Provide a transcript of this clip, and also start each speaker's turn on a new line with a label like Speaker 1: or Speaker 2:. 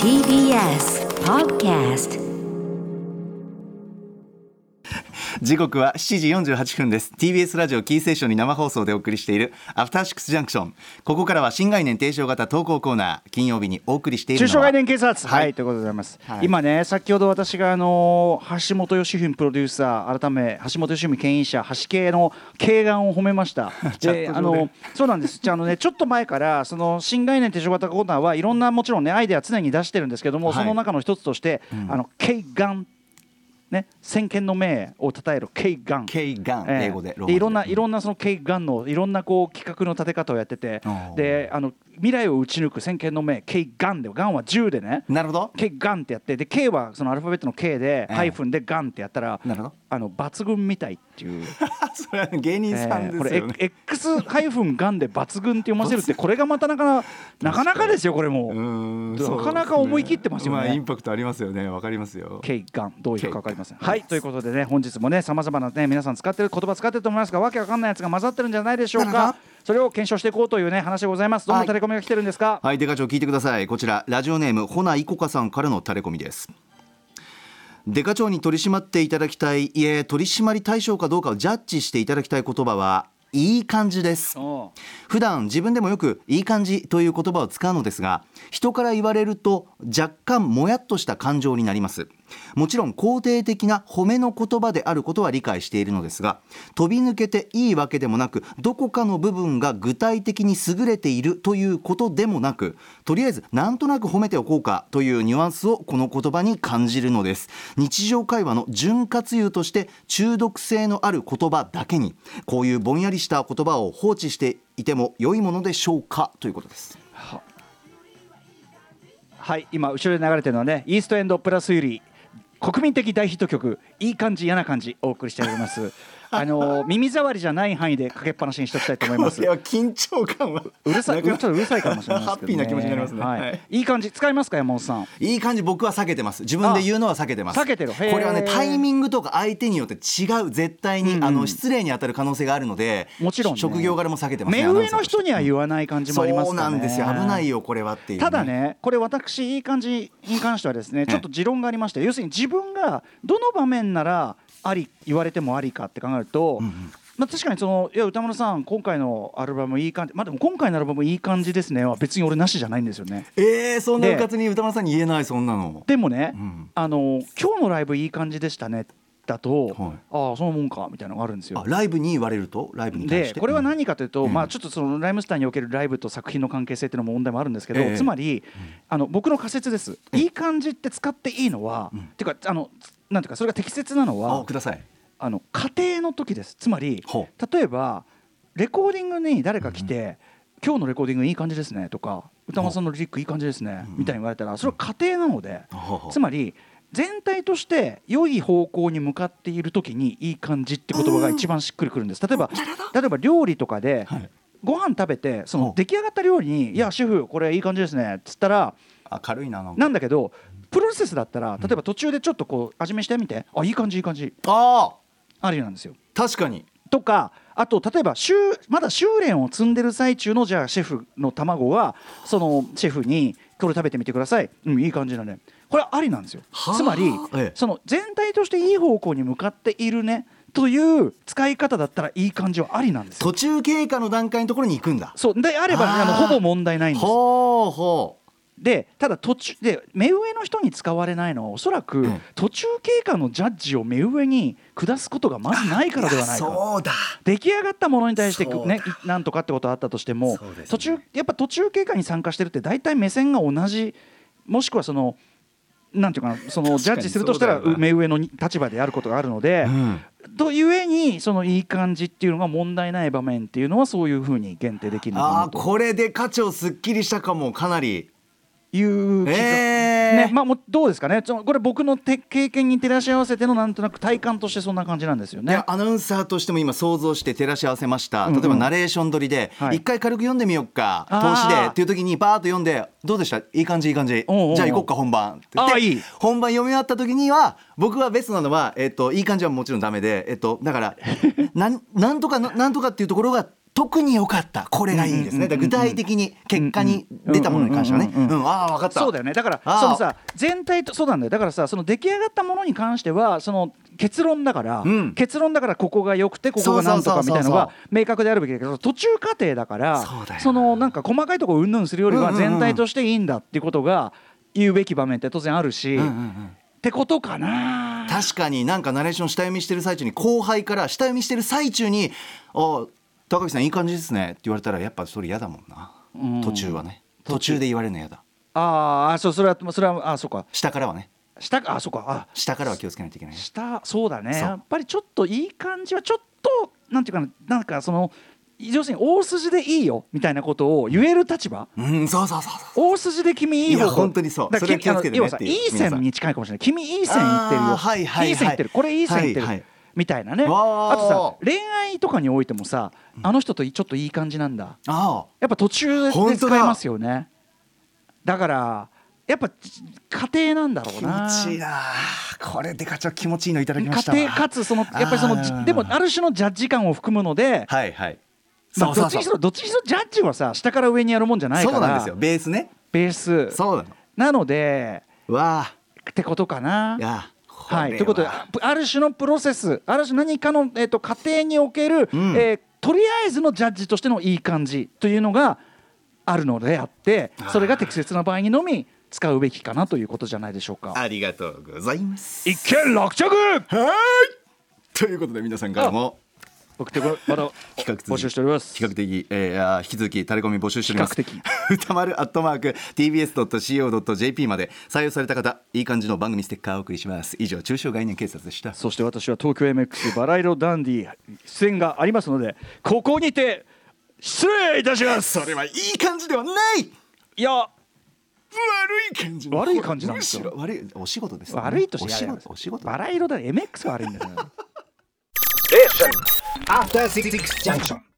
Speaker 1: TBS Podcast
Speaker 2: 時刻は7時48分です TBS ラジオキーセーションに生放送でお送りしているアフターシックスジャンクションここからは新概念提唱型投稿コーナー金曜日にお送りしている
Speaker 3: 中
Speaker 2: の
Speaker 3: 小
Speaker 2: は
Speaker 3: 概念警察
Speaker 2: は
Speaker 3: はいい、ということでございます、
Speaker 2: はい
Speaker 3: 今ね先ほど私があのー橋本義文プロデューサー改め橋本義文牽引者橋系の慶眼を褒め ました
Speaker 2: チャット上で
Speaker 3: あのそうなんですじゃああのねちょっと前からその新概念手帳型コーナーはいろんなもちろんねアイデア常に出してるんですけども、
Speaker 2: はい
Speaker 3: その中の一つとして、あの慶眼ね先見の明を称える慶眼
Speaker 2: K ガン、
Speaker 3: ええ
Speaker 2: 英語でローマ字
Speaker 3: いろんないろんなそのケイガンのいろんなこう企画の立て方をやってて
Speaker 2: おー
Speaker 3: であの未来を打ち抜く先見の明ケイガンでガンは銃でね
Speaker 2: なるほど
Speaker 3: ケイガンってやってで K はそのアルファベットの K で
Speaker 2: ええ
Speaker 3: ハイフンでガンってやったら
Speaker 2: なるほど
Speaker 3: あの抜群みたいっていう。
Speaker 2: それは芸人さん
Speaker 3: えーこ
Speaker 2: です
Speaker 3: れ
Speaker 2: よね、
Speaker 3: エ X ハイフンガンで抜群って読ませるってこれがまたなかなかなかなかですよこれも
Speaker 2: うーん
Speaker 3: な
Speaker 2: そう
Speaker 3: かなか思い切ってますよね
Speaker 2: まあインパクトありますよねわかりますよ
Speaker 3: 軽ガンどういうかわかりません。はいということでね本日もねさまざまなね皆さん使ってる言葉使ってると思いますがわけわかんないやつが混ざってるんじゃないでしょう
Speaker 2: なるほ
Speaker 3: か。それを検証していこうというね話でございます。どん
Speaker 2: は
Speaker 3: ないタレコミが来てるんですか。
Speaker 2: はい、デカ長聞いてください。こちら、ラジオネーム、ほないこかさんからのタレコミです。デカ長に取り締まっていただきたい、いえ、取り締まり対象かどうかをジャッジしていただきたい言葉は、いい感じです。
Speaker 3: おう
Speaker 2: 普段自分でもよくいい感じという言葉を使うのですが人から言われると若干もやっとした感情になりますもちろん肯定的な褒めの言葉であることは理解しているのですが飛び抜けていいわけでもなくどこかの部分が具体的に優れているということでもなくとりあえずなんとなく褒めておこうかというニュアンスをこの言葉に感じるのです日常会話の潤滑油として中毒性のある言葉だけにこういうぼんやりした言葉を放置していても良いものでしょうかということです
Speaker 3: はい今後ろで流れてるのはねイーストエンドプラスユリ国民的大ヒット曲いい感じ嫌な感じお送りしており ます。あのー耳障りじゃない範囲でかけっぱなしにしときたいと思います。
Speaker 2: は緊張感は
Speaker 3: うるさい、
Speaker 2: なく
Speaker 3: ちょ
Speaker 2: な
Speaker 3: っとうるさいかもしれないですけど、ね。
Speaker 2: ハッピーな気持ちになりますね
Speaker 3: はい。
Speaker 2: はい
Speaker 3: い、い感じ使いますか山本さん。
Speaker 2: いい感じ僕は避けてます自分で言うのは避けてます
Speaker 3: あ避けてる
Speaker 2: こ
Speaker 3: へー
Speaker 2: れはねタイミングとか相手によって違う絶対に、あの失礼に当たる可能性があるので
Speaker 3: もちろんね、
Speaker 2: 職業柄も避けてますね
Speaker 3: 目上の人には
Speaker 2: アナウンサーとして
Speaker 3: 言わない感じもあります
Speaker 2: そう
Speaker 3: かね。
Speaker 2: なんですよ危ないよこれはっていう、
Speaker 3: ただねこれ私いい感じに関してはですねちょっと持論がありまして要するに自分がどの場面ならあり言われてもありかって考えると、まあ、確かにそのいや歌丸さん今回のアルバムいい感じまあでも今回のアルバムいい感じですねは別に俺なしじゃないんですよね。
Speaker 2: えー、そんなうかつに歌丸さんに言えないそんなの
Speaker 3: でもね、
Speaker 2: うん
Speaker 3: あの今日のライブいい感じでしたねだと、
Speaker 2: はい
Speaker 3: ああそのもんかみたいなのがあるんですよ
Speaker 2: あ。ライブに言われるとライブに対し
Speaker 3: で
Speaker 2: て
Speaker 3: これは何かというと、
Speaker 2: うん
Speaker 3: まあ、ちょっとそのライムスターにおけるライブと作品の関係性っていうのも問題もあるんですけど、
Speaker 2: ええ
Speaker 3: つまり、あの僕の仮説です、いい感じって使っていいのは、っていうかあのなんていうかそれが適切なの
Speaker 2: うんあ
Speaker 3: は
Speaker 2: ください
Speaker 3: あの家庭の時ですつまり
Speaker 2: ほ
Speaker 3: 例えばレコーディングに誰か来て、今日のレコーディングいい感じですね」とか「歌丸さんのリリックいい感じですね」みたいに言われたらそれは家庭なので、
Speaker 2: ほうほう
Speaker 3: つまり全体として良い方向に向かっている時にいい感じって言葉が一番しっくりくるんです。例えば例えば料理とかで、
Speaker 2: はい
Speaker 3: ご飯食べてそ
Speaker 2: ほう
Speaker 3: の出来上がった料理に「いやシェフこれいい感じですね」っつったら
Speaker 2: あ軽いななんか
Speaker 3: なんだけどプロセスだったら例えば途中でちょっとこう味見してみて「あいい感じいい感じ
Speaker 2: ああ」
Speaker 3: ありなんですよ。
Speaker 2: 確かに
Speaker 3: とかあと例えば修まだ修練を積んでる最中のじゃあシェフの卵はそのシェフにこれ食べてみてください、うん、いい感じだねこれはありなんですよ
Speaker 2: はあ
Speaker 3: つまり、
Speaker 2: ええ
Speaker 3: その全体としていい方向に向かっているねという使い方だったらいい感じはありなんですよ
Speaker 2: 途中経過の段階のところに行くんだ
Speaker 3: そうであれば
Speaker 2: あー
Speaker 3: あのほぼ問題ないんです
Speaker 2: ほうほう
Speaker 3: でただ途中で目上の人に使われないのはおそらく、
Speaker 2: ん
Speaker 3: 途中経過のジャッジを目上に下すことがまずないからではないか
Speaker 2: そうだ
Speaker 3: 出来上がったものに対して
Speaker 2: そうだ
Speaker 3: ねいなんとかってことはあったとしても、
Speaker 2: そうですね
Speaker 3: 途中やっぱ途中経過に参加してるって大体目線が同じもしくはそのなんていうかなそ
Speaker 2: 確か
Speaker 3: のジャ
Speaker 2: に
Speaker 3: ッジするとした
Speaker 2: そ
Speaker 3: ら
Speaker 2: うだよな
Speaker 3: 目上のに立場であることがあるので、
Speaker 2: うん
Speaker 3: とゆえにそのいい感じっていうのが問題ない場面っていうのはそういうふうに限定できるの
Speaker 2: あ
Speaker 3: か
Speaker 2: あ
Speaker 3: なと
Speaker 2: これで課長すっきりしたかもかなり
Speaker 3: いう気が。
Speaker 2: え
Speaker 3: ねまあ、もうどうですかね、そのこれ、僕のて経験に照らし合わせてのなんとなく体感としてそんな感じなんですよ
Speaker 2: い
Speaker 3: ね
Speaker 2: や。アナウンサーとしても今想像して照らし合わせました、
Speaker 3: うんうん
Speaker 2: 例えばナレーション撮りで一、
Speaker 3: はい
Speaker 2: 回軽く読んでみようか
Speaker 3: あ
Speaker 2: 投
Speaker 3: ー
Speaker 2: 資でっていう時にバーッと読んでどうでしたいい感じいい感じ
Speaker 3: おうおうおう
Speaker 2: じゃあ行こうか本番って言って
Speaker 3: あーいい
Speaker 2: 本番読み終わった時には僕はベストなの は、えっといい感じはもちろんダメで、えっとだからなんなんとかななんとかっていうところが特に良かったこれがいいですね、だから具体的に結果に出たものに関してはね、
Speaker 3: うんうんうんうん
Speaker 2: うんああ分かった
Speaker 3: そうだよねだから
Speaker 2: あー
Speaker 3: そのさ全体とそうなんだよだからさその出来上がったものに関してはその結論だから、
Speaker 2: うん
Speaker 3: 結論だからここが良くてここがなんと
Speaker 2: そ
Speaker 3: か
Speaker 2: うそうそ
Speaker 3: み
Speaker 2: うそう
Speaker 3: たいなのが明確であるべきだけど途中過程だから
Speaker 2: そうだよ
Speaker 3: のなんか細かいところうんぬんするより
Speaker 2: う
Speaker 3: は
Speaker 2: んうんうん
Speaker 3: 全体としていいんだっていうことが言うべき場面って当然あるし、
Speaker 2: うんうんうん
Speaker 3: ってことかな。
Speaker 2: 確かになんかナレーション下読みしてる最中に後輩から下読みしてる最中に「あ高木さんいい感じですね」って言われたらやっぱそれ嫌だもんな、
Speaker 3: うん
Speaker 2: 途中はね
Speaker 3: 途
Speaker 2: 途
Speaker 3: 中
Speaker 2: 中で言われるの嫌だ
Speaker 3: あーあそうそれはそれはあそうか
Speaker 2: 下からはね
Speaker 3: 下かあそうかあ
Speaker 2: 下からは気をつけないといけない
Speaker 3: 下そうだね
Speaker 2: そう
Speaker 3: やっぱりちょっといい感じはちょっとなんていうかななんかその要するに大筋でいいよみたいなことを言える立場
Speaker 2: うんそうそうそうそう
Speaker 3: 大筋で君いい
Speaker 2: い
Speaker 3: 方
Speaker 2: や本当にそう
Speaker 3: だか
Speaker 2: それは
Speaker 3: ら
Speaker 2: 気をつけてね
Speaker 3: 君あの要はさ
Speaker 2: って
Speaker 3: い
Speaker 2: いう
Speaker 3: い線に近いかもしれない君いい線いってる
Speaker 2: あーは
Speaker 3: よ
Speaker 2: いはいはい
Speaker 3: 線いってるこれいい線いってる、
Speaker 2: はいはい
Speaker 3: みたいなねあ
Speaker 2: わー
Speaker 3: とさ恋愛とかにおいてもさあの人とちょっといい感じなんだ
Speaker 2: あ
Speaker 3: やっぱ途中で
Speaker 2: 本当
Speaker 3: 使
Speaker 2: だ
Speaker 3: いますよねだからやっぱ家庭なんだろ
Speaker 2: あ
Speaker 3: う
Speaker 2: 気
Speaker 3: な
Speaker 2: 持ちいいなこれでかちょ気持ちいいのいただきました
Speaker 3: 家庭かつそのやっぱりそ
Speaker 2: あ
Speaker 3: の
Speaker 2: ー
Speaker 3: じでもある種のジャッジ感を含むので、
Speaker 2: はいはい
Speaker 3: ま
Speaker 2: そ
Speaker 3: あ、
Speaker 2: うそ
Speaker 3: どっ
Speaker 2: う
Speaker 3: ち
Speaker 2: そう
Speaker 3: にしろどっちにしろジャッジはさ下から上にやるもんじゃない
Speaker 2: そ
Speaker 3: から
Speaker 2: うなんですよベースね
Speaker 3: ベース
Speaker 2: そうなの
Speaker 3: なので
Speaker 2: わあ。
Speaker 3: ってことかない
Speaker 2: やこれ
Speaker 3: はい、ということであある種のプロセスある種何かの、えっと過程における、
Speaker 2: うん
Speaker 3: えーとりあえずのジャッジとしてのいい感じというのがあるのであってそれが適切な場合にのみ使うべきかなということじゃないでしょうか。
Speaker 2: ありがとうございます
Speaker 3: 一件落着
Speaker 2: ということで皆さんからも
Speaker 3: 僕ってこれまだ
Speaker 2: 比較的
Speaker 3: 募集しております。
Speaker 2: 比較的、えー、あー引き続きタレコミ募集しております
Speaker 3: 比較的
Speaker 2: 歌丸アットマーク tbs.co.jp まで採用された方いい感じの番組ステッカーをお送りします以上中小概念警察でした
Speaker 3: そして私は東京 MX バラ色ダンディ出演がありますのでここにて失礼いたします
Speaker 2: それはいい感じではない
Speaker 3: いや
Speaker 2: 悪い感じの
Speaker 3: 悪い感じなんですよ
Speaker 2: むしろ悪いお仕事ですね、
Speaker 3: 悪いとし
Speaker 2: お
Speaker 3: てや
Speaker 2: 仕
Speaker 3: れば
Speaker 2: 事お仕事
Speaker 3: バラ色だね MX が悪いんだよな
Speaker 4: After Six Junction.